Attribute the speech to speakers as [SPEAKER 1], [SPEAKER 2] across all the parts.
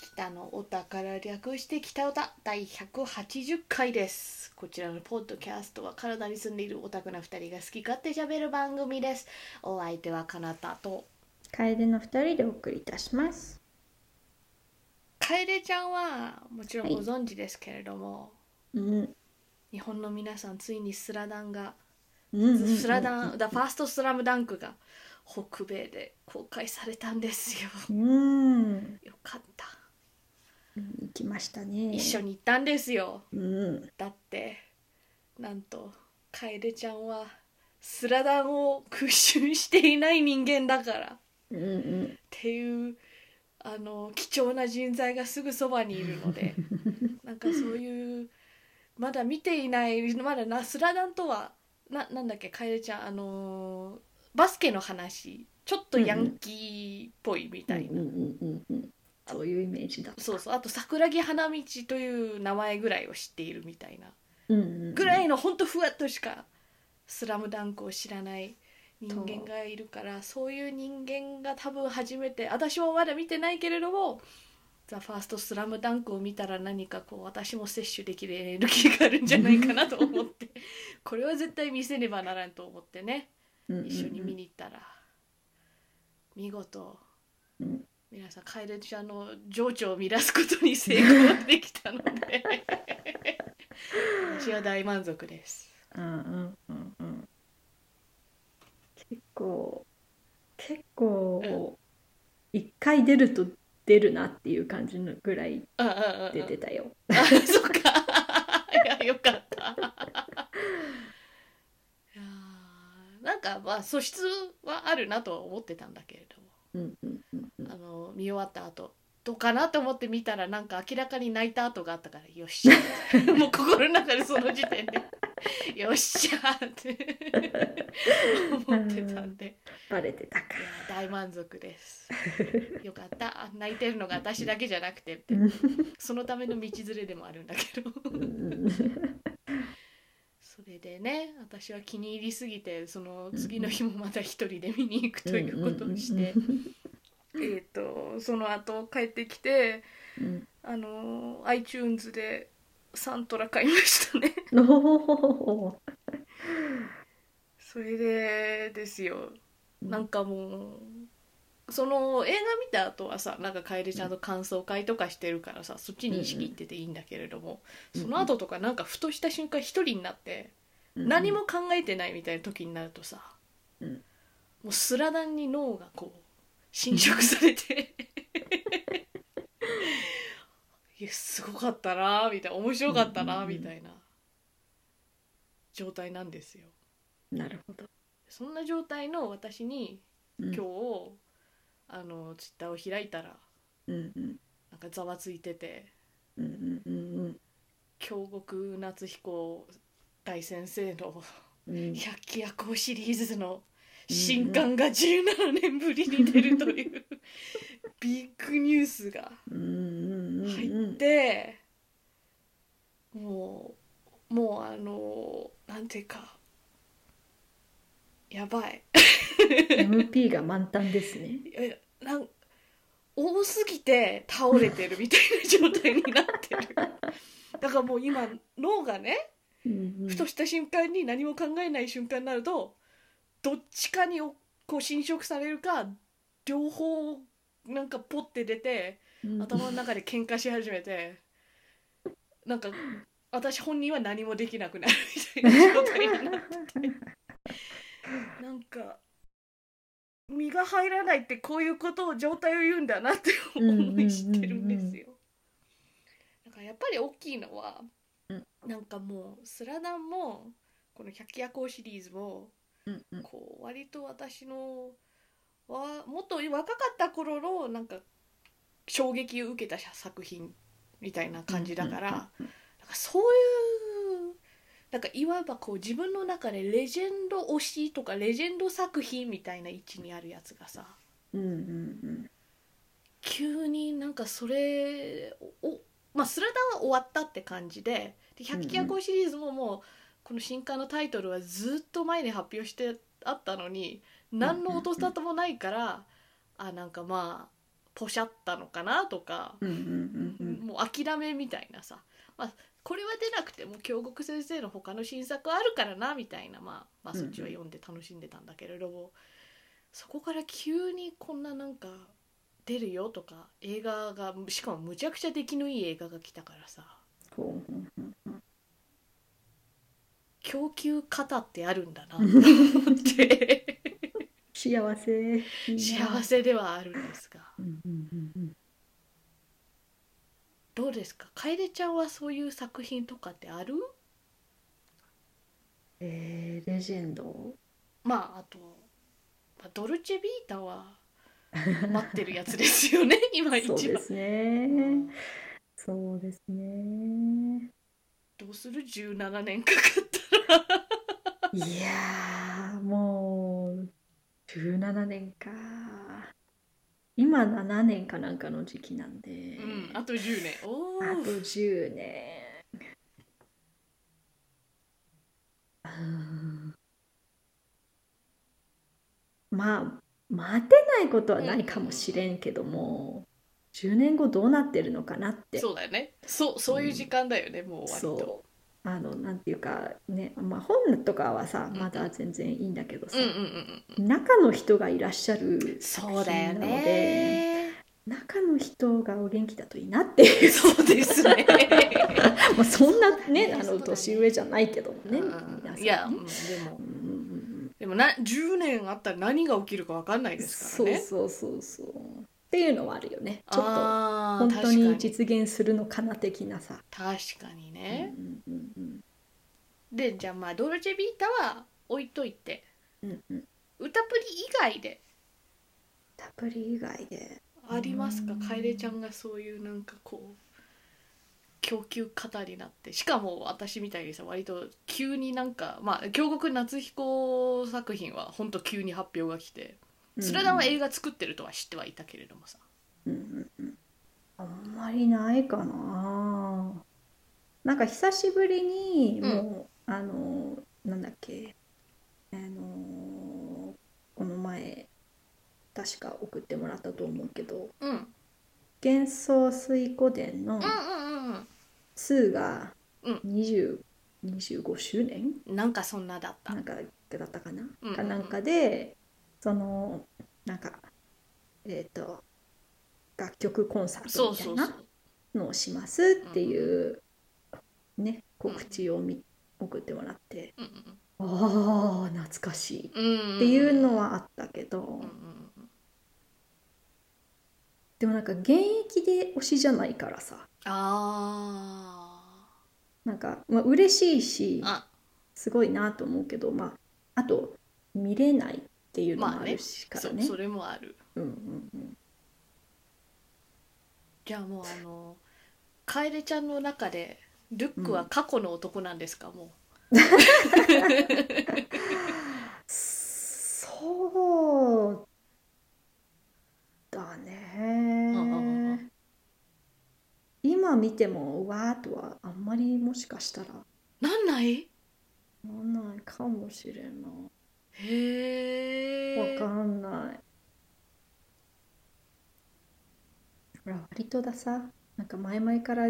[SPEAKER 1] 北のおたから略して北おた第180回ですこちらのポッドキャストはカナダに住んでいるオタクな2人が好き勝手喋る番組ですお相手はカナタと
[SPEAKER 2] 楓の二人でお送りいたします
[SPEAKER 1] 楓ちゃんはもちろんご存知ですけれども、
[SPEAKER 2] うん
[SPEAKER 1] 日本の皆さんついにスラダンが
[SPEAKER 2] うん
[SPEAKER 1] スラダン、だファーストスラムダンクが北米で公開されたんですよ
[SPEAKER 2] うん
[SPEAKER 1] よかった
[SPEAKER 2] 行きましたね
[SPEAKER 1] 一緒に行ったんですよ
[SPEAKER 2] うん
[SPEAKER 1] だってなんと楓ちゃんはスラダンを屈伸していない人間だからっ
[SPEAKER 2] うんうん
[SPEAKER 1] ていうあの貴重な人材がすぐそばにいるのでなんかそういうまだ見ていないまだなスラダンとはななんだっけ楓ちゃんあのーバスケの話ちょっとヤンキーっぽいみたいな。
[SPEAKER 2] うんうんうんうんそういうイメージだ
[SPEAKER 1] そうそうあと桜木花道という名前ぐらいを知っているみたいな
[SPEAKER 2] うんうん
[SPEAKER 1] ぐらいのほんとふわっとしか「スラムダンクを知らない人間がいるからそういう人間が多分初めて私もまだ見てないけれども「ザ・ファーストスラムダンクを見たら何かこう私も摂取できるエネルギーがあるんじゃないかなと思ってこれは絶対見せねばならんと思ってね一緒に見に行ったら見事
[SPEAKER 2] うん
[SPEAKER 1] 皆さん楓ちゃんの情緒を乱すことに成功できたので私は大満足です。
[SPEAKER 2] うんうんうんうん結構結構一回出ると出るなっていう感じのぐらい
[SPEAKER 1] うんうんうんうん
[SPEAKER 2] 出てたよ
[SPEAKER 1] あそっかいやよかったいやーなんかまあ素質はあるなとは思ってたんだけれ
[SPEAKER 2] うんうんうんう
[SPEAKER 1] ど
[SPEAKER 2] ん
[SPEAKER 1] もあの見終わった後どうかなと思って見たらなんか明らかに泣いた跡があったからよっし ゃもう心の中でその時点でよっしゃって思ってたんでいや
[SPEAKER 2] バレてたか
[SPEAKER 1] 大満足ですよかったあ泣いてるのが私だけじゃなくてって
[SPEAKER 2] うん
[SPEAKER 1] そのための道連れでもあるんだけど
[SPEAKER 2] うん
[SPEAKER 1] それでね私は気に入りすぎてその次の日もまた一人で見に行くということをしてえっとその後帰ってきて
[SPEAKER 2] うん
[SPEAKER 1] あの iTunes でサントラ買いましたね
[SPEAKER 2] おー
[SPEAKER 1] それでですよなんかもうその映画見た後はさなんか楓ちゃんと感想会とかしてるからさそっちに意識いってていいんだけれどもその後とかなんかふとした瞬間一人になって何も考えてないみたいな時になるとさ、
[SPEAKER 2] うん
[SPEAKER 1] もうスラダンに脳がこう侵食されて いやすごかったなみたいな面白かったな
[SPEAKER 2] うんうんう
[SPEAKER 1] み
[SPEAKER 2] ん
[SPEAKER 1] たいな状態なんですよ。
[SPEAKER 2] なるほど
[SPEAKER 1] そんな状態の私に
[SPEAKER 2] 今
[SPEAKER 1] 今日、あのツイッターを開いたら
[SPEAKER 2] うんうん
[SPEAKER 1] なんかざわついてて
[SPEAKER 2] うんうん
[SPEAKER 1] 「京極夏彦大先生の
[SPEAKER 2] うんうん
[SPEAKER 1] 百鬼夜行シリーズの新刊が17年ぶりに出るというビッグニュースが
[SPEAKER 2] うんうんうん
[SPEAKER 1] 入ってもうもうあのなんていうかやばい
[SPEAKER 2] MP が満タンですね
[SPEAKER 1] いやなん多すぎて倒れてるみたいな状態になってるだからもう今脳がね
[SPEAKER 2] うんう ん
[SPEAKER 1] ふとした瞬間に何も考えない瞬間になるとどっちかにおこう侵食されるか両方なんかポッて出て
[SPEAKER 2] うん
[SPEAKER 1] 頭の中で喧嘩し始めてなん か私本人は何もできなくなるみたいな状態になってなんか身が入らないってこういうことを状態を言うんだなって思い知ってるんですよ。だからやっぱり大きいのは
[SPEAKER 2] うん
[SPEAKER 1] なんかもう「スラダン」もこの「百鬼夜行」シリーズも
[SPEAKER 2] うんうん
[SPEAKER 1] こう割と私のはもっと若かった頃のなんか衝撃を受けた作品みたいな感じだから、なんかそういうなんかいわばこう自分の中でレジェンド推しとかレジェンド作品みたいな位置にあるやつがさ
[SPEAKER 2] うんうん
[SPEAKER 1] 急になんかそれをまあ「スラダン」は終わったって感じで「で
[SPEAKER 2] うん
[SPEAKER 1] 百
[SPEAKER 2] うん
[SPEAKER 1] 鬼夜行」シリーズももうこの新刊のタイトルはずっと前に発表してあったのに何の落とし方もないから、あなんかまあポシャったのかなとか、
[SPEAKER 2] うんうんうんうん
[SPEAKER 1] もう諦めみたいなさ、まあ、これは出なくても京極先生の他の新作はあるからなみたいな、まあ、まあそっちは読んで楽しんでたんだけれども、そこから急にこんななんか出るよとか映画がしかもむちゃくちゃ出来のいい映画が来たからさ
[SPEAKER 2] ほうほうほう
[SPEAKER 1] 供給方ってあるんだ なと思って
[SPEAKER 2] 幸せいいな
[SPEAKER 1] 幸せではあるんですが。
[SPEAKER 2] うんうんうんうん
[SPEAKER 1] どうですか楓ちゃんはそういう作品とかってある
[SPEAKER 2] えー、レジェンド
[SPEAKER 1] まああと、まあ、ドルチェビータは待ってるやつです よね今一
[SPEAKER 2] そう
[SPEAKER 1] 番
[SPEAKER 2] です
[SPEAKER 1] う
[SPEAKER 2] ね
[SPEAKER 1] ん
[SPEAKER 2] そうですね
[SPEAKER 1] どうする17年かかった
[SPEAKER 2] いやーもう17年か今7年かなんかの時期なんで、
[SPEAKER 1] うんあと10年お
[SPEAKER 2] あと
[SPEAKER 1] ー
[SPEAKER 2] 10年うんまあ待てないことはないかもしれんけども、10年後どうなってるのかなって
[SPEAKER 1] そうだよねそうそういう時間だよね、もう割と
[SPEAKER 2] そうあのなんていうかね、まあ、本とかはさ
[SPEAKER 1] うん
[SPEAKER 2] まだ全然いいんだけどさ
[SPEAKER 1] う、んうんうん
[SPEAKER 2] 中の人がいらっしゃる作
[SPEAKER 1] そうだよ
[SPEAKER 2] 品なので
[SPEAKER 1] ね
[SPEAKER 2] 中の人がお元気だといいなっていう
[SPEAKER 1] そうですね
[SPEAKER 2] まあそんな
[SPEAKER 1] そ
[SPEAKER 2] ね
[SPEAKER 1] う
[SPEAKER 2] あ
[SPEAKER 1] だね
[SPEAKER 2] の年上じゃないけどもね
[SPEAKER 1] うん
[SPEAKER 2] 皆さん
[SPEAKER 1] いや、う
[SPEAKER 2] う
[SPEAKER 1] んんでも
[SPEAKER 2] うんうん
[SPEAKER 1] でもな10年あったら何が起きるか分かんない
[SPEAKER 2] うん
[SPEAKER 1] ですか
[SPEAKER 2] そ
[SPEAKER 1] ら
[SPEAKER 2] う
[SPEAKER 1] ね
[SPEAKER 2] そうそうそうっていうのはあるよねちょっと
[SPEAKER 1] あー
[SPEAKER 2] 本当に
[SPEAKER 1] 確かに
[SPEAKER 2] 実現するのかな的なさ
[SPEAKER 1] 確かにね、
[SPEAKER 2] うんうんうん
[SPEAKER 1] でじゃあまあドルチェビータは置いといて
[SPEAKER 2] うんうん
[SPEAKER 1] 歌プリ以外で
[SPEAKER 2] タプリ以外で
[SPEAKER 1] ありますか
[SPEAKER 2] うん
[SPEAKER 1] 楓ちゃんがそういうなんかこう供給方になってしかも私みたいにさ割と急になんかまあ京極夏彦作品はほんと急に発表が来てスラダンは映画作ってるとは知ってはいたけれどもさ
[SPEAKER 2] うんうんうんあんまりないかな。なんか久しぶりに
[SPEAKER 1] うん
[SPEAKER 2] もう、あのなんだっけあのこの前確か送ってもらったと思うけど
[SPEAKER 1] うん、うん
[SPEAKER 2] 幻想水湖伝の
[SPEAKER 1] うんうん
[SPEAKER 2] 2が
[SPEAKER 1] うん
[SPEAKER 2] 20 25周年
[SPEAKER 1] なんかそんなだった
[SPEAKER 2] なんかだったかな、
[SPEAKER 1] うんうん
[SPEAKER 2] かなんかでそのなんかえっ、と楽曲コンサー
[SPEAKER 1] そ
[SPEAKER 2] ト
[SPEAKER 1] う
[SPEAKER 2] みた
[SPEAKER 1] そ
[SPEAKER 2] いう
[SPEAKER 1] そ
[SPEAKER 2] な
[SPEAKER 1] う
[SPEAKER 2] のをしますっていう、ね告知をみ送ってもらって
[SPEAKER 1] うん
[SPEAKER 2] ああ懐かしいっ
[SPEAKER 1] うんうん
[SPEAKER 2] ていうのはあったけど
[SPEAKER 1] うんうん
[SPEAKER 2] でもなんか現役で推しじゃないからさ
[SPEAKER 1] あ
[SPEAKER 2] なんか、まあ、嬉しいし
[SPEAKER 1] ーあ
[SPEAKER 2] すごいなと思うけどまああと見れないっていうの
[SPEAKER 1] ま
[SPEAKER 2] も
[SPEAKER 1] あ
[SPEAKER 2] あ
[SPEAKER 1] ね
[SPEAKER 2] るしから
[SPEAKER 1] そ
[SPEAKER 2] ね。
[SPEAKER 1] それもある
[SPEAKER 2] うんうんうん
[SPEAKER 1] じゃあもうあの楓ちゃんの中でルックは過去の男なんですか、もう
[SPEAKER 2] そうだ
[SPEAKER 1] うんうんう
[SPEAKER 2] ね
[SPEAKER 1] ん。
[SPEAKER 2] 今見てもうわーとはあんまりもしかしたら
[SPEAKER 1] なんない
[SPEAKER 2] なんないかもしれんな。
[SPEAKER 1] へえ
[SPEAKER 2] わかんない。ほら割とださなんか前々から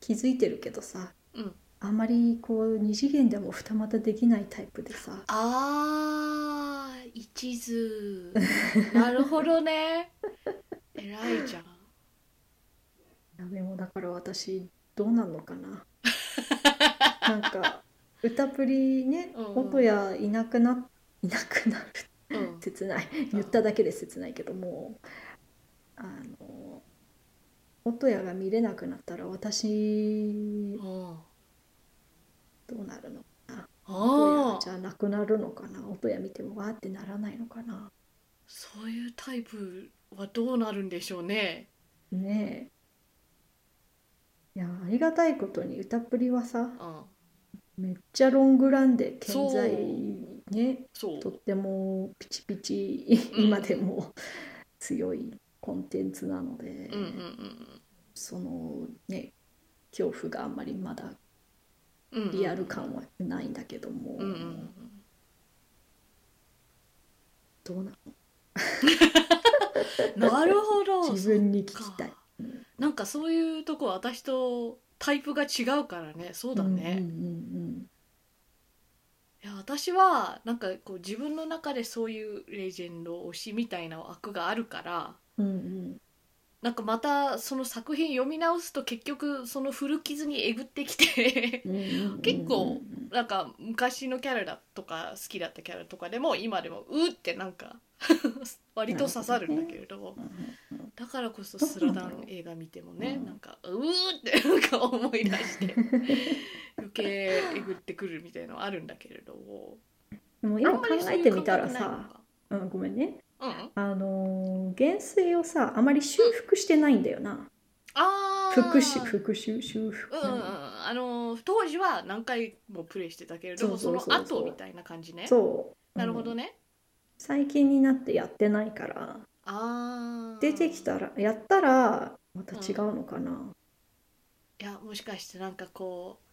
[SPEAKER 2] 気づいてるけどさ、
[SPEAKER 1] うん
[SPEAKER 2] あんまりこう二次元でも二股できないタイプでさ。
[SPEAKER 1] あー一途なるほどね偉いじゃん
[SPEAKER 2] やべもうだから私どうなんの かななんか歌プリね
[SPEAKER 1] うんうん
[SPEAKER 2] 音やいなくないなくなる
[SPEAKER 1] うん
[SPEAKER 2] 切ない言っただけで切ないけどもあの音やが見れなくなったら私
[SPEAKER 1] うん
[SPEAKER 2] どうなるの音や
[SPEAKER 1] あ
[SPEAKER 2] じ
[SPEAKER 1] あ
[SPEAKER 2] ゃなくなるのかな音や見てもわーってならないのかな
[SPEAKER 1] そういうタイプはどうなるんでしょうね
[SPEAKER 2] ねえいやありがたいことに歌プリはさ
[SPEAKER 1] うん
[SPEAKER 2] めっちゃロングランで健在
[SPEAKER 1] そう
[SPEAKER 2] ね
[SPEAKER 1] そう
[SPEAKER 2] とってもピチピチ
[SPEAKER 1] うん
[SPEAKER 2] 今でも強いコンテンツなので、
[SPEAKER 1] うんうん
[SPEAKER 2] そのね恐怖があんまりまだ
[SPEAKER 1] うんうん
[SPEAKER 2] リアル感はないんだけども、
[SPEAKER 1] うんうんうん
[SPEAKER 2] どうなの
[SPEAKER 1] なるほど
[SPEAKER 2] 自分に聞きたい
[SPEAKER 1] そっかなんかそういうとこは私とタイプが違うからねそうだね、
[SPEAKER 2] うんうん
[SPEAKER 1] いや私はなんかこう自分の中でそういうレジェンド推しみたいな枠があるから
[SPEAKER 2] うんうんうん
[SPEAKER 1] なんかまたその作品読み直すと結局その古傷にえぐってきて
[SPEAKER 2] うんうんうん
[SPEAKER 1] 結構なんか昔のキャラだとか好きだったキャラとかでも今でもうってなん か割と刺さるんだけれども
[SPEAKER 2] うんうん
[SPEAKER 1] だからこそ「
[SPEAKER 2] どうな
[SPEAKER 1] スラダ
[SPEAKER 2] んだろ
[SPEAKER 1] ン
[SPEAKER 2] う
[SPEAKER 1] 映画見てもね
[SPEAKER 2] うん
[SPEAKER 1] なんかうーってなんか思い出して 余計えぐってくるみたいのはあるんだけれども
[SPEAKER 2] でも
[SPEAKER 1] あ
[SPEAKER 2] 今
[SPEAKER 1] んま
[SPEAKER 2] 考
[SPEAKER 1] りそう
[SPEAKER 2] え
[SPEAKER 1] い
[SPEAKER 2] て
[SPEAKER 1] う感
[SPEAKER 2] みたら
[SPEAKER 1] 覚ないの
[SPEAKER 2] さ、
[SPEAKER 1] か
[SPEAKER 2] うん、ごめんね
[SPEAKER 1] うん
[SPEAKER 2] あのー減衰をさあまり修復してないんだよな
[SPEAKER 1] あー
[SPEAKER 2] 復習復習修復
[SPEAKER 1] うんうんうんあのー当時は何回もプレイしてたけれども
[SPEAKER 2] そ
[SPEAKER 1] そう
[SPEAKER 2] そうそうそう
[SPEAKER 1] の後みたいな感じね
[SPEAKER 2] そう
[SPEAKER 1] なるほど
[SPEAKER 2] うん
[SPEAKER 1] ね、
[SPEAKER 2] 最近になってやってないから
[SPEAKER 1] ああ
[SPEAKER 2] 出てき
[SPEAKER 1] い
[SPEAKER 2] たらやったらまた違うのかな、
[SPEAKER 1] やもしかしてなんかこう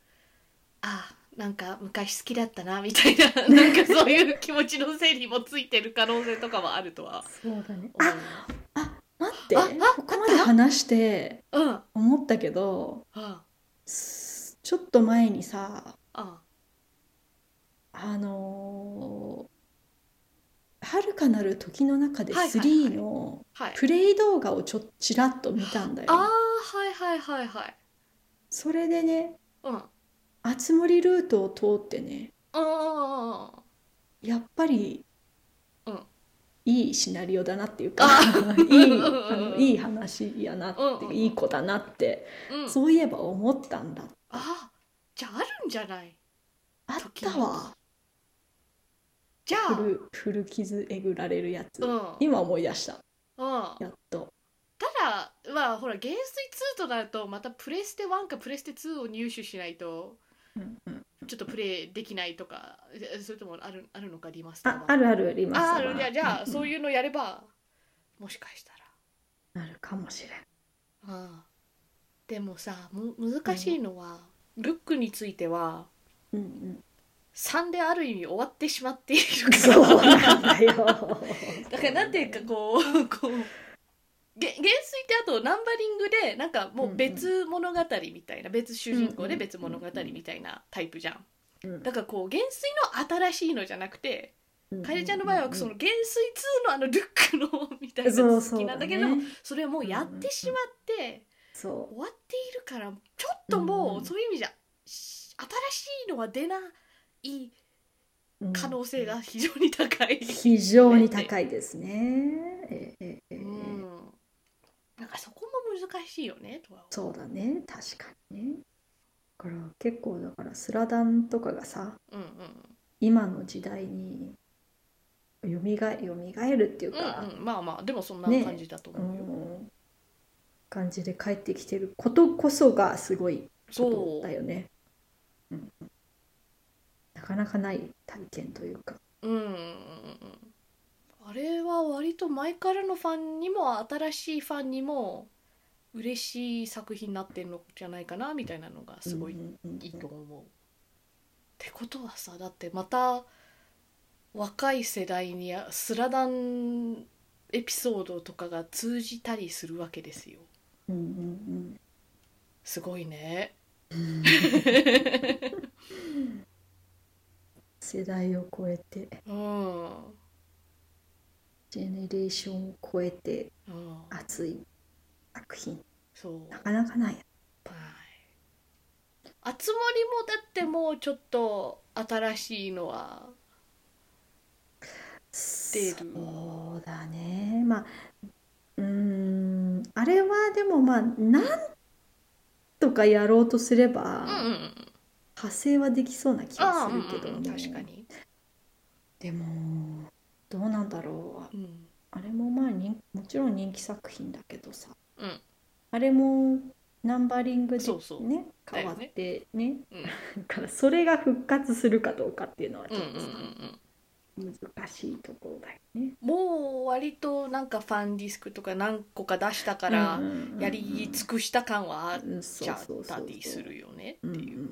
[SPEAKER 1] あーなんか昔好きだったなみたいななんかそういう気持ちの整理もついてる可能性とかはあるとは
[SPEAKER 2] そうだね
[SPEAKER 1] 思い
[SPEAKER 2] あ
[SPEAKER 1] ま
[SPEAKER 2] 待って
[SPEAKER 1] あ
[SPEAKER 2] ここまで話して
[SPEAKER 1] すうんあ
[SPEAKER 2] 思ったけど
[SPEAKER 1] あ
[SPEAKER 2] すちょっと前にさ
[SPEAKER 1] あ
[SPEAKER 2] あのー遥かなる時の中で
[SPEAKER 1] はいはいはい
[SPEAKER 2] 3の
[SPEAKER 1] はい
[SPEAKER 2] プレイ動画をちょちらっと見たんだよ、
[SPEAKER 1] ああはいはいはいはい
[SPEAKER 2] それでね
[SPEAKER 1] うん
[SPEAKER 2] 熱森ルートを通ってね
[SPEAKER 1] うん
[SPEAKER 2] やっぱり
[SPEAKER 1] うん
[SPEAKER 2] いいシナリオだなっていうか
[SPEAKER 1] あ
[SPEAKER 2] いい
[SPEAKER 1] うん
[SPEAKER 2] あのいい話やな
[SPEAKER 1] うん
[SPEAKER 2] っ
[SPEAKER 1] うんうん
[SPEAKER 2] ていい子だなって
[SPEAKER 1] うん
[SPEAKER 2] そういえば思ったんだ
[SPEAKER 1] あじゃああるんじゃない
[SPEAKER 2] あったわ
[SPEAKER 1] じゃあ
[SPEAKER 2] 古古傷えぐられるやつ
[SPEAKER 1] うん
[SPEAKER 2] 今思い出した
[SPEAKER 1] うん
[SPEAKER 2] やっと
[SPEAKER 1] ただまあほら「減衰2」となるとまたプレステ1かプレステ2を入手しないと
[SPEAKER 2] うんうん
[SPEAKER 1] ちょっとプレイできないとかえそれともあるあるのかリマスター
[SPEAKER 2] あ
[SPEAKER 1] は
[SPEAKER 2] あるあるあります
[SPEAKER 1] ああるじゃあじゃあそう
[SPEAKER 2] い
[SPEAKER 1] いうのやればもしかしたら
[SPEAKER 2] うんなるかもしれん
[SPEAKER 1] うんでもさむ難しいのは、ルックについては
[SPEAKER 2] うんうん
[SPEAKER 1] 3である意味終わってしまっているか
[SPEAKER 2] そ
[SPEAKER 1] ら
[SPEAKER 2] うなんだよ
[SPEAKER 1] だからなんていうかこうこうげ減衰ってあとナンバリングでなんかもう別物語みたいな、別主人公で別物語みたいなタイプじゃん
[SPEAKER 2] うん
[SPEAKER 1] だからこう減衰の新しいのじゃなくて
[SPEAKER 2] うん
[SPEAKER 1] 楓ちゃんの場合はその減衰2のあのルックのみたいな
[SPEAKER 2] そう
[SPEAKER 1] 好
[SPEAKER 2] そ
[SPEAKER 1] き
[SPEAKER 2] う
[SPEAKER 1] な
[SPEAKER 2] だ
[SPEAKER 1] んだけどそ
[SPEAKER 2] ね
[SPEAKER 1] れはもうやってしまって
[SPEAKER 2] そう
[SPEAKER 1] 終わっているからちょっとも
[SPEAKER 2] うんう
[SPEAKER 1] うんそういう意味じゃし新しいのは出ない
[SPEAKER 2] うん
[SPEAKER 1] 可能性が非常に高い。
[SPEAKER 2] 非常に高いですね。ええええええ
[SPEAKER 1] うんなんかそこも難しいよねとは
[SPEAKER 2] そうだね、確かにね。だから結構だからスラダンとかがさ、
[SPEAKER 1] 思う。うん
[SPEAKER 2] 今の時代によみがえ、よみがえるっていう
[SPEAKER 1] うん。
[SPEAKER 2] か、
[SPEAKER 1] うんうん、まあまあでもそんな
[SPEAKER 2] ね
[SPEAKER 1] 感じだと
[SPEAKER 2] う
[SPEAKER 1] 思うよ。
[SPEAKER 2] ん、感じで帰ってきてることこそがすごいこと
[SPEAKER 1] そ
[SPEAKER 2] だよね。うんなかなかない体験というか。
[SPEAKER 1] う。うんうんうんうん。あれは割と前からのファンにも新しいファンにも嬉しい作品になってんのじゃないかなみたいなのがすごい
[SPEAKER 2] うんうんうん
[SPEAKER 1] いいと思う。ってことはさだってまた若い世代にスラダンエピソードとかが通じたりするわけですよ。
[SPEAKER 2] うんうん
[SPEAKER 1] すごいね。
[SPEAKER 2] うん。世代を超えて。
[SPEAKER 1] うん。うん
[SPEAKER 2] ジェネレーションを超えて熱い作品
[SPEAKER 1] そう。
[SPEAKER 2] なかなかない
[SPEAKER 1] はい。あつ森もだってもうちょっと新しいのは。出る
[SPEAKER 2] そうだねまあうーんあれはでもまあなんとかやろうとすれば
[SPEAKER 1] うんうんうん。
[SPEAKER 2] 派生はできそうな気
[SPEAKER 1] あ
[SPEAKER 2] が
[SPEAKER 1] あ、
[SPEAKER 2] す
[SPEAKER 1] うん
[SPEAKER 2] る
[SPEAKER 1] うん
[SPEAKER 2] けどね
[SPEAKER 1] 確かに。
[SPEAKER 2] でもどうなんだろう
[SPEAKER 1] うん。
[SPEAKER 2] あれもまあ人もちろん人気作品だけどさ
[SPEAKER 1] うん
[SPEAKER 2] あれもナンバリングで
[SPEAKER 1] そうそう
[SPEAKER 2] ね
[SPEAKER 1] だ
[SPEAKER 2] 変
[SPEAKER 1] よ
[SPEAKER 2] わっ
[SPEAKER 1] ね
[SPEAKER 2] てね
[SPEAKER 1] うん
[SPEAKER 2] だ からそれが復活するかどうかっていうのはち
[SPEAKER 1] う
[SPEAKER 2] ょ
[SPEAKER 1] ん
[SPEAKER 2] っ
[SPEAKER 1] うん
[SPEAKER 2] とさ難しいところだよね。
[SPEAKER 1] うん。もう割となんかファンディスクとか何個か出したか。
[SPEAKER 2] から
[SPEAKER 1] やり尽くした感はあっ
[SPEAKER 2] く
[SPEAKER 1] ちゃったりするよねっていう。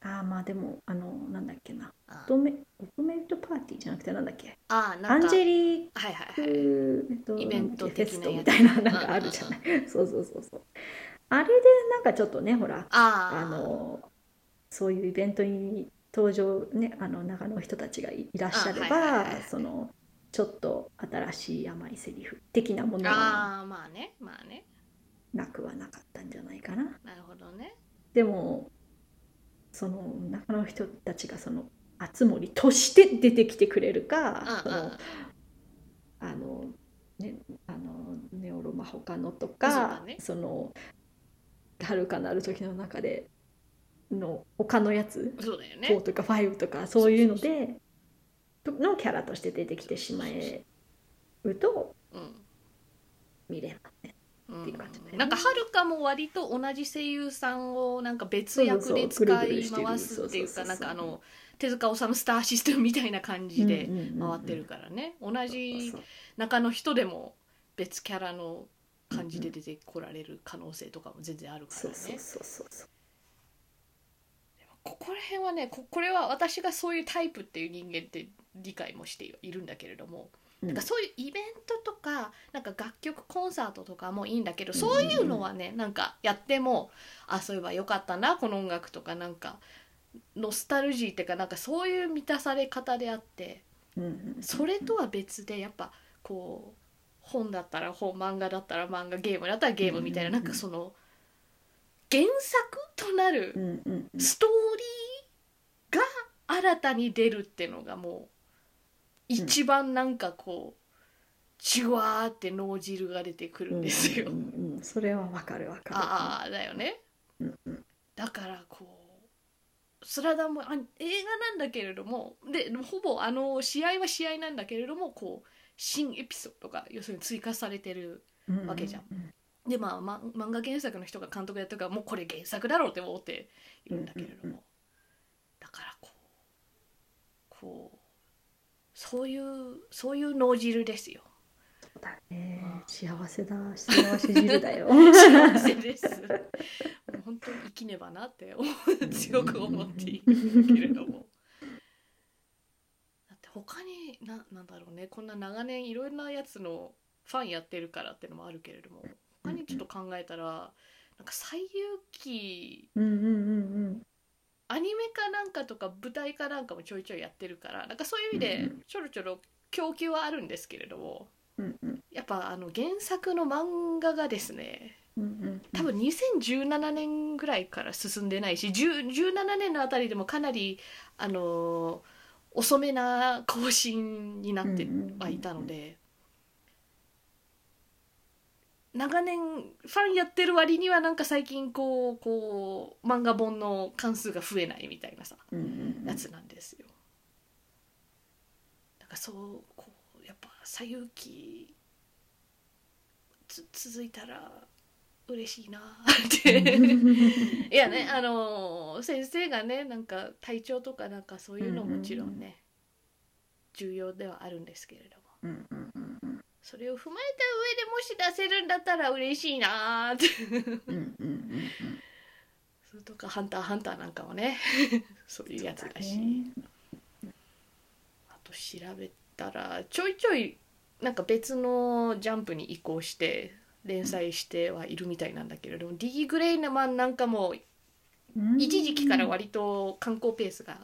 [SPEAKER 2] ああまあでもあのなんだっけな
[SPEAKER 1] あ
[SPEAKER 2] 乙女乙女とパーティーじゃなくてなんだっけ
[SPEAKER 1] ああ
[SPEAKER 2] ア
[SPEAKER 1] なん
[SPEAKER 2] ン
[SPEAKER 1] か
[SPEAKER 2] ジェリー
[SPEAKER 1] はいはいはい
[SPEAKER 2] ク、えっと、
[SPEAKER 1] イベント
[SPEAKER 2] なんだっけ
[SPEAKER 1] 的な
[SPEAKER 2] フェスト
[SPEAKER 1] や
[SPEAKER 2] み
[SPEAKER 1] つ
[SPEAKER 2] たいななんかあるじゃないそうそうそうそうあれでなんかちょっとねほら
[SPEAKER 1] ああ
[SPEAKER 2] あのそういうイベントに登場ねあの長野人たちがいいらっしゃれ
[SPEAKER 1] あはいはい
[SPEAKER 2] ば
[SPEAKER 1] はいはい
[SPEAKER 2] そのちょっと新しい甘いセリフ的なものは
[SPEAKER 1] ああまあねまあね
[SPEAKER 2] なくはなかったんじゃないかな。
[SPEAKER 1] なるほどね
[SPEAKER 2] でもその中の人たちがその熱森として出てきてくれるか、
[SPEAKER 1] う
[SPEAKER 2] そ
[SPEAKER 1] んうん
[SPEAKER 2] のあのねあのネオロマホカノと
[SPEAKER 1] そう
[SPEAKER 2] か
[SPEAKER 1] だね
[SPEAKER 2] その遥かなる時の中での他のやつ
[SPEAKER 1] そうだよね
[SPEAKER 2] 4とか5とかそういうのでとのキャラとして出てきてしまうと
[SPEAKER 1] うん
[SPEAKER 2] 見れません
[SPEAKER 1] うん
[SPEAKER 2] っていう感じだよね
[SPEAKER 1] なんかはるかも割と同じ声優さんをなんか別
[SPEAKER 2] そ
[SPEAKER 1] 役
[SPEAKER 2] うそ
[SPEAKER 1] で
[SPEAKER 2] う
[SPEAKER 1] 使
[SPEAKER 2] そうぐるぐる
[SPEAKER 1] い
[SPEAKER 2] してる
[SPEAKER 1] 回すっていう
[SPEAKER 2] そ
[SPEAKER 1] か
[SPEAKER 2] うそうそうそう
[SPEAKER 1] なんかあの手塚治虫スターシステムみたいな感じで
[SPEAKER 2] うんうんうんうん
[SPEAKER 1] 回ってるからね同じ
[SPEAKER 2] そう
[SPEAKER 1] 中の人でも別キャラの感じで出てこられる可能性とかも全然あるから
[SPEAKER 2] そう
[SPEAKER 1] ね
[SPEAKER 2] そうそうそうそう
[SPEAKER 1] ここら辺はねここれは私がそういうタイプっていう人間って理解もしているんだけれども、
[SPEAKER 2] うん
[SPEAKER 1] なんかそういうイベントとかなんか楽曲コンサートとかもいいんだけどそういうのはねなんかやってもあそういえばよかったなこの音楽とかなんかノスタルジーっていうかなんかそういう満たされ方であって
[SPEAKER 2] うんうんうん
[SPEAKER 1] それとは別でやっぱこう本だったら本漫画だったら漫画ゲームだったらゲームみたいな
[SPEAKER 2] うん
[SPEAKER 1] な
[SPEAKER 2] う
[SPEAKER 1] ん
[SPEAKER 2] うん
[SPEAKER 1] んかその原作となる
[SPEAKER 2] うんうんうん
[SPEAKER 1] ストーリーが新たに出るってのがもう一番なんかこうじゅわーって脳汁が出てくるんですよ。
[SPEAKER 2] うんうんうん、それはわかるわかる。
[SPEAKER 1] ああだよね。
[SPEAKER 2] うんうん
[SPEAKER 1] だからこう「スラダンもあ映画なんだけれどもでほぼあの試合は試合なんだけれどもこう新エピソードが要するに追加されてる
[SPEAKER 2] うん
[SPEAKER 1] わけじゃん
[SPEAKER 2] うん
[SPEAKER 1] でまあ、ま、漫画原作の人が監督やったからもうこれ原作だろうって思っているんだけれども、
[SPEAKER 2] うんうん
[SPEAKER 1] だからこうこうそういうそういう脳汁ですよ
[SPEAKER 2] そうだね
[SPEAKER 1] あ。
[SPEAKER 2] 幸せだ。幸せ汁だよ。
[SPEAKER 1] 幸せですもう本当に生きねばなって思う強く思っているけれども。だって他にななんだろうねこんな長年いろんなやつのファンやってるからってのもあるけれども他にちょっと考えたらなんか最有機
[SPEAKER 2] うんうんうん
[SPEAKER 1] アニメかなんかとか舞台かなんかもちょいちょいやってるからなんかそういう意味
[SPEAKER 2] うん
[SPEAKER 1] で
[SPEAKER 2] う
[SPEAKER 1] ちょろちょろ供給はあるんですけれども
[SPEAKER 2] うんうんうん
[SPEAKER 1] やっぱあの原作の漫画がですね
[SPEAKER 2] うんうん。
[SPEAKER 1] 多分2017年ぐらいから進んでないし10 17年のあたりでもかなりあのー遅めな更新になってはいたので長年ファンやってる割にはなんか最近こうこう漫画本の関数が増えないみたいなさ
[SPEAKER 2] うんうんうん
[SPEAKER 1] やつなんですよ。だからそうこうやっぱ最有機つ続いたら嬉しいなって。いやねあのー先生がねなんか体調とかなんかそういうのもちろんね、
[SPEAKER 2] うんうん
[SPEAKER 1] 重要ではあるんですけれども
[SPEAKER 2] うんうんうんうん
[SPEAKER 1] それを踏まえた上でもし出せるんだったら嬉しいなーって
[SPEAKER 2] うんうんうんうん
[SPEAKER 1] それとか「ハンターハンター」なんかもねそういうやつだし
[SPEAKER 2] そうね
[SPEAKER 1] あと調べたらちょいちょいなんか別のジャンプに移行して連載してはいるみたいなんだけれども、ディー・グレイナマンなんかも
[SPEAKER 2] うん
[SPEAKER 1] 一時期から割と観光ペースが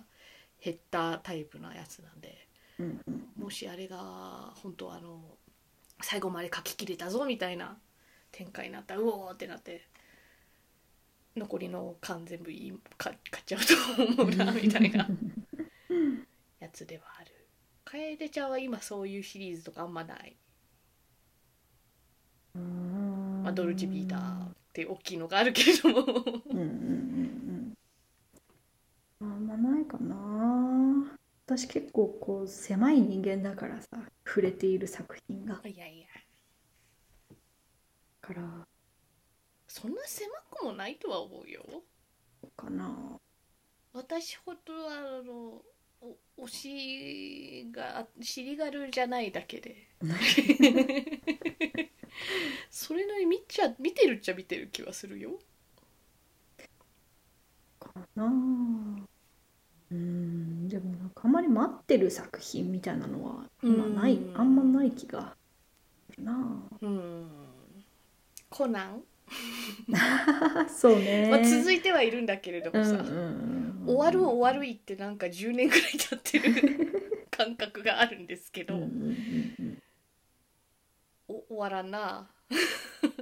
[SPEAKER 1] 減ったタイプのやつなんで。
[SPEAKER 2] うんうん
[SPEAKER 1] もしあれが本当あの最後まで書き切れたぞみたいな展開になったらうおーってなって残りの缶全部いいか買っちゃうと思うなみたいなやつではある楓ちゃんは今そういうシリーズとかあんまない、
[SPEAKER 2] うん
[SPEAKER 1] まあ、ドルチビーターって大きいのがあるけれど も
[SPEAKER 2] うんうんうんうんあんまないかな私結構こう狭い人間だからさ触れている作品が
[SPEAKER 1] いやいや
[SPEAKER 2] から
[SPEAKER 1] そんな狭くもないとは思うよ
[SPEAKER 2] かな
[SPEAKER 1] 私ほどはあのお推しが尻軽じゃないだけ でそれなりに見ちゃ見てるっちゃ見てる気はするよ
[SPEAKER 2] かなあうーんでもなんかあんまり待ってる作品みたいなのは今ない、
[SPEAKER 1] うん
[SPEAKER 2] あんまない気がするな
[SPEAKER 1] うんコナン、
[SPEAKER 2] あそうね、
[SPEAKER 1] まあ、続
[SPEAKER 2] い
[SPEAKER 1] いてはいるんだけれど
[SPEAKER 2] う
[SPEAKER 1] も
[SPEAKER 2] んう
[SPEAKER 1] さ、
[SPEAKER 2] んうんうん、
[SPEAKER 1] 終わる終わるいってなんか10年ぐらい経ってる 感覚があるんですけど、
[SPEAKER 2] うんうんうん
[SPEAKER 1] お終わらんな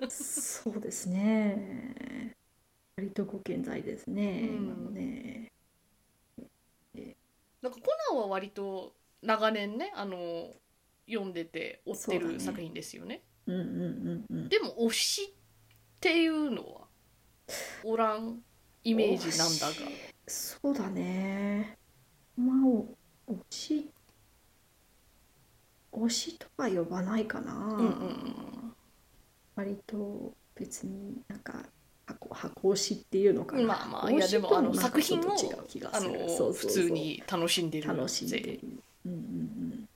[SPEAKER 2] うん、そうですね割とご健在ですね、
[SPEAKER 1] うん
[SPEAKER 2] 今もね
[SPEAKER 1] なんかコナンは割と長年ねあの読んでて追って
[SPEAKER 2] そうだね
[SPEAKER 1] る作品ですよね
[SPEAKER 2] うんうんうんうん
[SPEAKER 1] でも推しっていうのはおらんイメージなんだが
[SPEAKER 2] そうだねまあお推し推しとは呼ばないかな、
[SPEAKER 1] うんうんうん
[SPEAKER 2] 割と別になんか箱箱推しっていうのかな
[SPEAKER 1] まあまあい
[SPEAKER 2] 箱推
[SPEAKER 1] やで
[SPEAKER 2] し
[SPEAKER 1] も
[SPEAKER 2] と
[SPEAKER 1] あの
[SPEAKER 2] なん
[SPEAKER 1] 作
[SPEAKER 2] かちょ
[SPEAKER 1] 品
[SPEAKER 2] っと
[SPEAKER 1] を
[SPEAKER 2] 違う気が
[SPEAKER 1] あ
[SPEAKER 2] す
[SPEAKER 1] の
[SPEAKER 2] るそうそう
[SPEAKER 1] 普
[SPEAKER 2] そう
[SPEAKER 1] 通に楽しんでる
[SPEAKER 2] 楽しんでる
[SPEAKER 1] ぜ
[SPEAKER 2] うんうん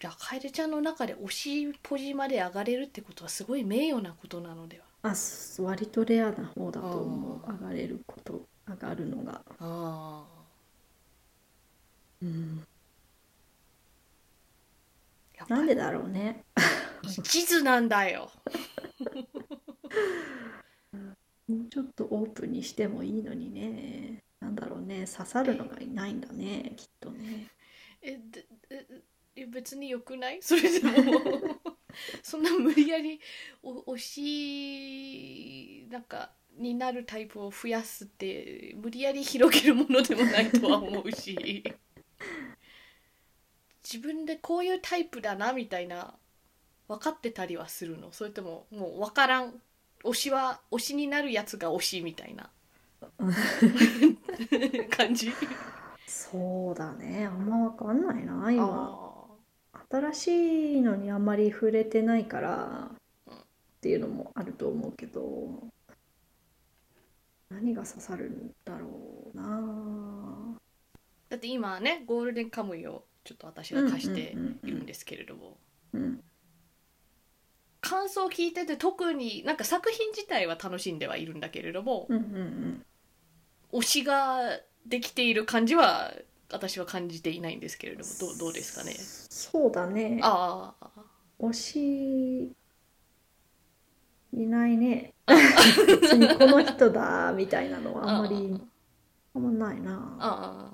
[SPEAKER 1] じゃあ楓ちゃんの中で推しポジまで上がれるってことはすごい名誉なことなのでは
[SPEAKER 2] うんあす割とレアな方だと思
[SPEAKER 1] あ
[SPEAKER 2] う上がれること上がるのが
[SPEAKER 1] あ
[SPEAKER 2] うん
[SPEAKER 1] あやっぱ
[SPEAKER 2] なんでだろうね
[SPEAKER 1] 一途なんだよ
[SPEAKER 2] もうちょっとオープンにしてもいいのにねなんだろうね刺さるのがいないんだねきっとね
[SPEAKER 1] えでええ別によくない それでもそんな無理やりお推しなんかになるタイプを増やすって無理やり広げるものでもないとは思うし自分でこういうタイプだなみたいな分かってたりはするのそれとももう分からん推しは推しになるやつが推しみたいな 感じ
[SPEAKER 2] そうだねあんま分かんないな
[SPEAKER 1] あ
[SPEAKER 2] 今
[SPEAKER 1] あ
[SPEAKER 2] 新しいのにあんまり触れてないから
[SPEAKER 1] うん
[SPEAKER 2] っていうのもあると思うけど何が刺さるんだろうな
[SPEAKER 1] だって今ねゴールデンカムイをちょっと私が貸して
[SPEAKER 2] うん
[SPEAKER 1] いるんですけれども、
[SPEAKER 2] うんうん
[SPEAKER 1] 感想を聞いてて特になんか作品自体は楽しんではいるんだけれども、
[SPEAKER 2] うんうんうん
[SPEAKER 1] 推しができている感じは私は感じていないんですけれどもどうどうですかね
[SPEAKER 2] そうだね
[SPEAKER 1] ああ
[SPEAKER 2] 推しいないね別にこの人だみたいなのはあんまりあんまない
[SPEAKER 1] あ
[SPEAKER 2] な
[SPEAKER 1] あ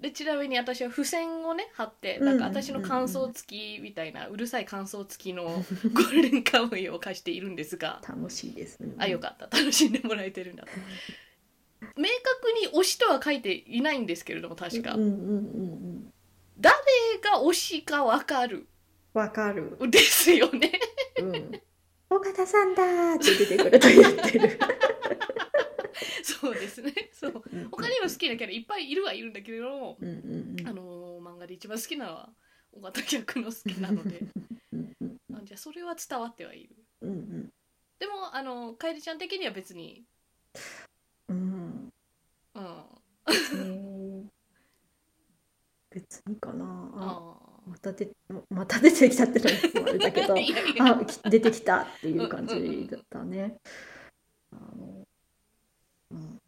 [SPEAKER 1] でちなみに私は付箋をね貼って
[SPEAKER 2] うん
[SPEAKER 1] なんか私の感想付きみたいなうるさい感想付きのゴールデンカムイを貸しているんですが
[SPEAKER 2] 楽しいですね
[SPEAKER 1] あよかった楽しんでもらえてるんだ明確に推しとは書いていないんですけれども確か、
[SPEAKER 2] うん
[SPEAKER 1] 映
[SPEAKER 2] うんうんうん
[SPEAKER 1] 画推しかわかる
[SPEAKER 2] わかる
[SPEAKER 1] ですよね
[SPEAKER 2] うん尾形さんだーって出てくるとやってる
[SPEAKER 1] そうですねそう他にも好きなキャラいっぱいいるはいるんだけれども、
[SPEAKER 2] うんうんうん
[SPEAKER 1] あのー漫画で一番好きなのは尾形役の好きなの で
[SPEAKER 2] うんうん
[SPEAKER 1] あじゃあそれは伝わってはいる
[SPEAKER 2] うんうん
[SPEAKER 1] でもあのー楓ちゃん的には別に
[SPEAKER 2] うん
[SPEAKER 1] うん
[SPEAKER 2] 別に別にかなあ
[SPEAKER 1] あー
[SPEAKER 2] また出また出てきたってのもあれだけど
[SPEAKER 1] いやいや
[SPEAKER 2] あき出てきたっていう感じだったね。あのうん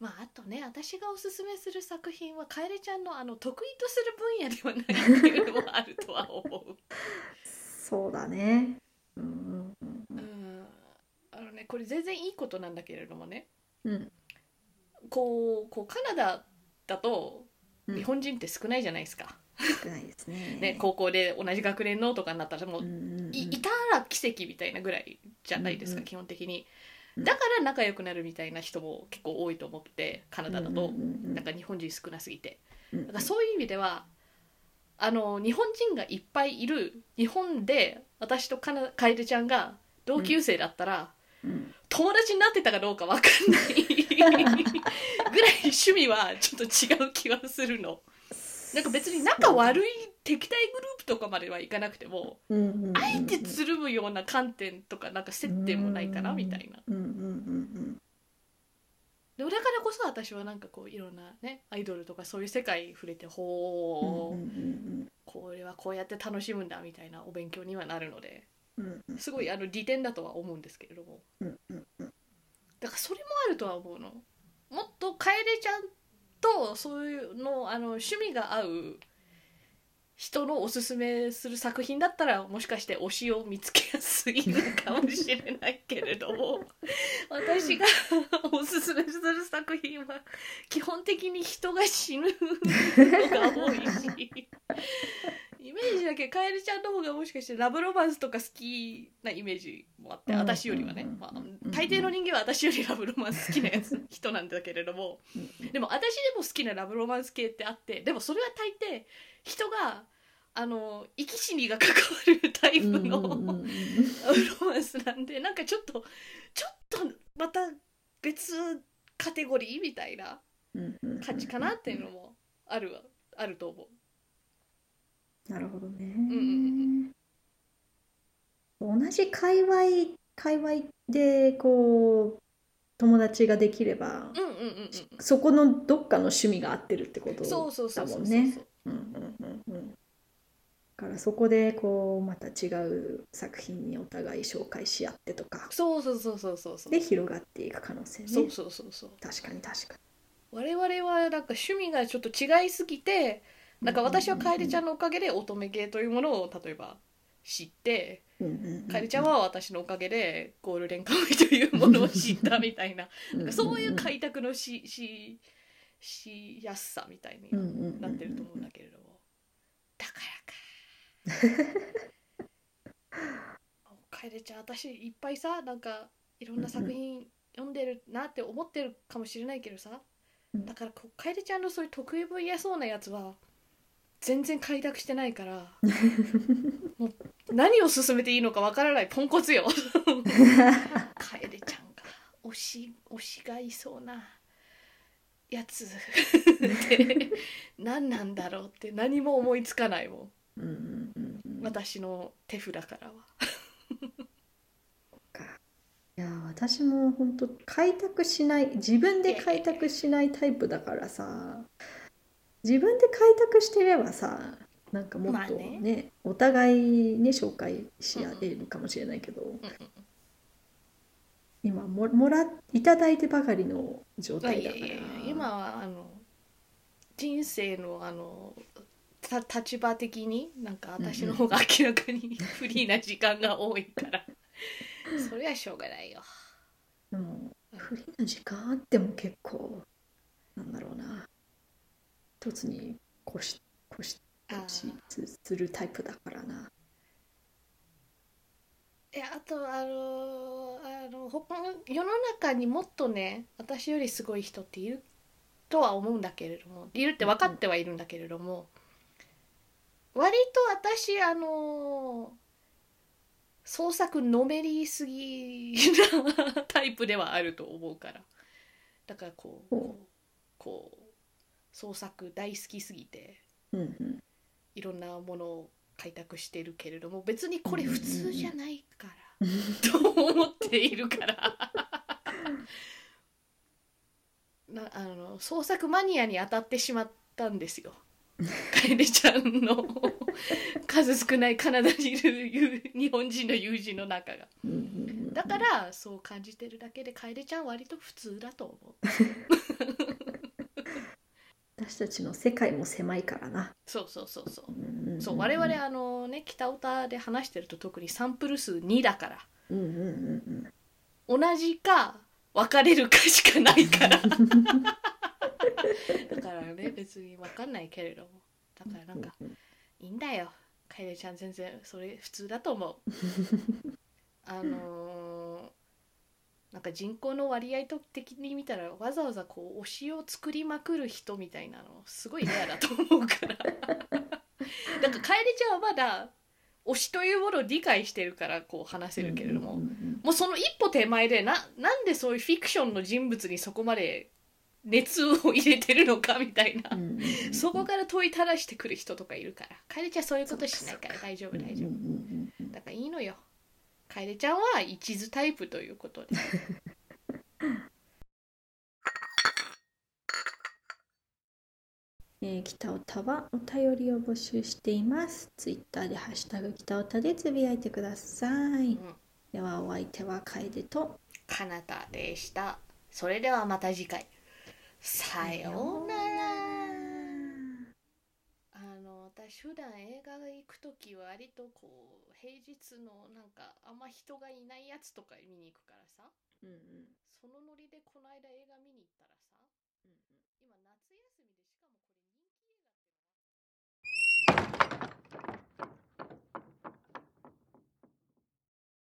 [SPEAKER 1] まああとね私がおすすめする作品は楓ちゃんのあの得意とする分野ではないっていうのもあるとは思う
[SPEAKER 2] そうだね。うんうん う
[SPEAKER 1] うんんあのねこれ全然いいことなんだけれどもね
[SPEAKER 2] うん
[SPEAKER 1] こうこうカナダだと
[SPEAKER 2] うん
[SPEAKER 1] 日本人って少ないじゃないですか、
[SPEAKER 2] 少ないですね。
[SPEAKER 1] ね、高校で同じ学年のとかになったらもう、
[SPEAKER 2] うんうんうん
[SPEAKER 1] いいたら奇跡みたいなぐらいじゃないですか、
[SPEAKER 2] うんうん
[SPEAKER 1] 基本的に
[SPEAKER 2] うん
[SPEAKER 1] だから仲良くなるみたいな人も結構多いと思ってカナダだと、
[SPEAKER 2] うんうんうん
[SPEAKER 1] なんか日本人少なすぎて
[SPEAKER 2] うんうん
[SPEAKER 1] だからそういう意味ではあの日本人がいっぱいいる日本で私とかな楓ちゃんが同級生だったら、
[SPEAKER 2] うん
[SPEAKER 1] 友達になってたかどうかわかんないぐらい趣味はちょっと違う気はするのなんか別に仲悪い敵対グループとかまではいかなくても
[SPEAKER 2] うんうんうんうん
[SPEAKER 1] あえてつるむような観点とかなんか接点もないかな
[SPEAKER 2] うん
[SPEAKER 1] みたいな
[SPEAKER 2] うんうんうん
[SPEAKER 1] でもだからこそ私はなんかこういろんなねアイドルとかそういう世界に触れて
[SPEAKER 2] うん
[SPEAKER 1] ほう、
[SPEAKER 2] うんうん
[SPEAKER 1] これはこうやって楽しむんだみたいなお勉強にはなるので
[SPEAKER 2] うんうん
[SPEAKER 1] すごいあの利点だとは思うんですけれども
[SPEAKER 2] うんうんうん
[SPEAKER 1] だからそれもあるとは思うのもっと楓ちゃんとそういうのあの趣味が合う人のおすすめする作品だったらもしかして推しを見つけやすいのかもしれないけれど も私がおすすめする作品は基本的に人が死ぬのが多いしイメージだけカエルちゃんの方がもしかしてラブロマンスとか好きなイメージもあって
[SPEAKER 2] うん
[SPEAKER 1] 私よりはね、
[SPEAKER 2] うん
[SPEAKER 1] まあ
[SPEAKER 2] うん、
[SPEAKER 1] 大抵の人間は私よりラブロマンス好きなやつ人なんだけれどもでも私でも好きなラブロマンス系ってあってでもそれは大抵人があの生き死にが関わるタイプの、
[SPEAKER 2] うんうんうん
[SPEAKER 1] ラブロマンスなんでなんかちょっとちょっとまた別カテゴリーみたいな
[SPEAKER 2] うんうん
[SPEAKER 1] 感じかなっていうのもあるわあると思う。
[SPEAKER 2] なるほどね、
[SPEAKER 1] んうん
[SPEAKER 2] 同じ界隈界隈でこう友達ができれば、
[SPEAKER 1] うんうんうんうん
[SPEAKER 2] そこのどっかの趣味が合ってるってこと
[SPEAKER 1] そうそうそうそうそう
[SPEAKER 2] だもんねうんうんうんうんだからそこでこうまた違う作品にお互い紹介し合ってとか
[SPEAKER 1] そうそうそうそうそうそう
[SPEAKER 2] で広がっていく可能性ね
[SPEAKER 1] そうそうそうそう
[SPEAKER 2] 確かに確か
[SPEAKER 1] 我々はなんか趣味がちょっと違いすぎて
[SPEAKER 2] に
[SPEAKER 1] なんか私は楓ちゃ
[SPEAKER 2] ん
[SPEAKER 1] んのおかげで乙女芸というものを例えば知って楓ちゃんは私のおかげでゴールデンカムイというものを知ったみたいななんかそういう開拓のしししやすさみたいにな
[SPEAKER 2] な
[SPEAKER 1] ってると思うんだけれども、だからか楓ちゃん私いっぱいさなんかいろんな作品読んでるなって思ってるかもしれないけどさ
[SPEAKER 2] うん
[SPEAKER 1] だからこう楓ちゃんのそういう得意分野そうなやつは全然開拓してないから もう何を進めていいのかわからないポンコツ よ楓ちゃんが推し推しがいそうなや つって何なんだろうって何も思いつかないも
[SPEAKER 2] うんうんうんうん
[SPEAKER 1] ん私の手札からは。
[SPEAKER 2] いやー私も本当開拓しない自分で開拓しないタイプだからさ自分で開拓してればさなんかも
[SPEAKER 1] ま
[SPEAKER 2] っ
[SPEAKER 1] あ
[SPEAKER 2] と
[SPEAKER 1] ね
[SPEAKER 2] ねお互いね紹介し合えるかもしれないけど
[SPEAKER 1] うんうん
[SPEAKER 2] 今ももらいただいてばかりの状態だか
[SPEAKER 1] いやいやいや
[SPEAKER 2] ら
[SPEAKER 1] 今はあの人生のあのた立場的になんか私の方が明らかにフリーな時間が多い からそれはしょうがないよ
[SPEAKER 2] でもフリーな時間あっても結構なんだろうな一つに越し越し
[SPEAKER 1] あー
[SPEAKER 2] しすするタイプだからな。
[SPEAKER 1] いやあとあのあの他の世の中にもっとね私よりすごい人っているとは思うんだけれどもいるって分かってはいるんだけれども、割と私あの創作のめりすぎなタイプではあると思うからだからこう
[SPEAKER 2] ほう
[SPEAKER 1] こうこう創作大好きすぎて
[SPEAKER 2] うんうん
[SPEAKER 1] いろんなものを開拓してるけれども別にこれ普通じゃないから。と思っているから なあの創作マニアに当たってしまったんですよ楓ちゃんの数少ないカナダにいる友日本人の友人の中が
[SPEAKER 2] うんうんうん
[SPEAKER 1] だからそう感じてるだけで楓ちゃんは割と普通だと思う
[SPEAKER 2] 私たちの世界も狭いからな。
[SPEAKER 1] そうそうそうそ
[SPEAKER 2] うんうんうんう
[SPEAKER 1] うんそう我々あのね北オタで話してると特にサンプル数2だから
[SPEAKER 2] うんうんうん
[SPEAKER 1] 同じか別れるかしかないからだからね別に分かんないけれどもだからな
[SPEAKER 2] うん
[SPEAKER 1] んかいいんだよ楓ちゃん全然それ普通だと思 うあのーなんか人口の割合と的に見たらわざわざこう推しを作りまくる人みたいなのすごいレアだと思う からだから楓ちゃんはまだ推しというものを理解してるからこう話せるけれども、
[SPEAKER 2] うんうん
[SPEAKER 1] もうその一歩手前でななんでそういうフィクションの人物にそこまで熱を入れてるのかみたいな、
[SPEAKER 2] うんうんうん
[SPEAKER 1] そこから問いただしてくる人とかいるから楓ちゃんそういうことしないから
[SPEAKER 2] そ
[SPEAKER 1] 大丈夫
[SPEAKER 2] うんうん
[SPEAKER 1] 大丈夫、
[SPEAKER 2] うんうん
[SPEAKER 1] だからいいのよ楓ちゃんは一途タイプということで
[SPEAKER 2] えー北オタはお便りを募集しています。ツイッターでハッシュタグ北オタでつぶやいてください。
[SPEAKER 1] ん
[SPEAKER 2] ではお相手は楓と
[SPEAKER 1] かなたでしたそれではまた次回さようなら私普段映画行く時は割とこう平日のなんかあんま人がいないやつとか見に行くからさ
[SPEAKER 2] うんうん
[SPEAKER 1] そのノリでこの間映画見に行ったらさ
[SPEAKER 2] うんうん
[SPEAKER 1] 今夏休みでしかもこれ2